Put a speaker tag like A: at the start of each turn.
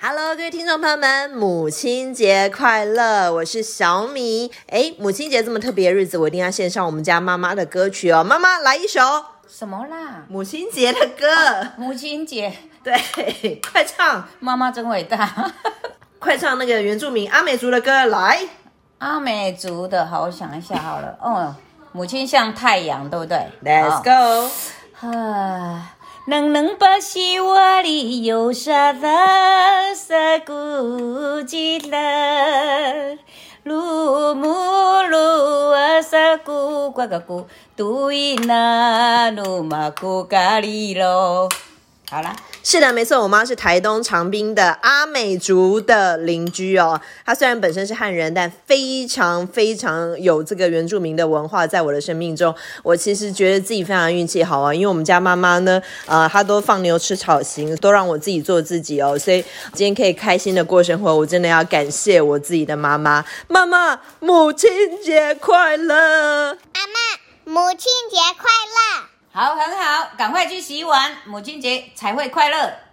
A: Hello，各位听众朋友们，母亲节快乐！我是小米。哎，母亲节这么特别的日子，我一定要献上我们家妈妈的歌曲哦。妈妈来一首
B: 什么啦？
A: 母亲节的歌，
B: 母亲节，
A: 对， 快唱，
B: 妈妈真伟大。
A: 快唱那个原住民阿美族的歌来。
B: 阿美族的好，我想一下好了。哦，母亲像太阳，对不对
A: Let's
B: 哦
A: go，
B: 啊，能能把西瓦里有啥拉萨古吉拉，鲁木鲁阿萨古瓜嘎古，杜伊那努玛古咖喱喽。好啦，
A: 是的，没错，我妈是台东长滨的阿美族的邻居哦。她虽然本身是汉人，但非常非常有这个原住民的文化在我的生命中。我其实觉得自己非常运气好啊，因为我们家妈妈呢，呃，她都放牛吃草型，都让我自己做自己哦。所以今天可以开心的过生活，我真的要感谢我自己的妈妈。妈妈，母亲节快乐！
C: 阿妈，母亲节快乐！
B: 好，很好，赶快去洗碗，母亲节才会快乐。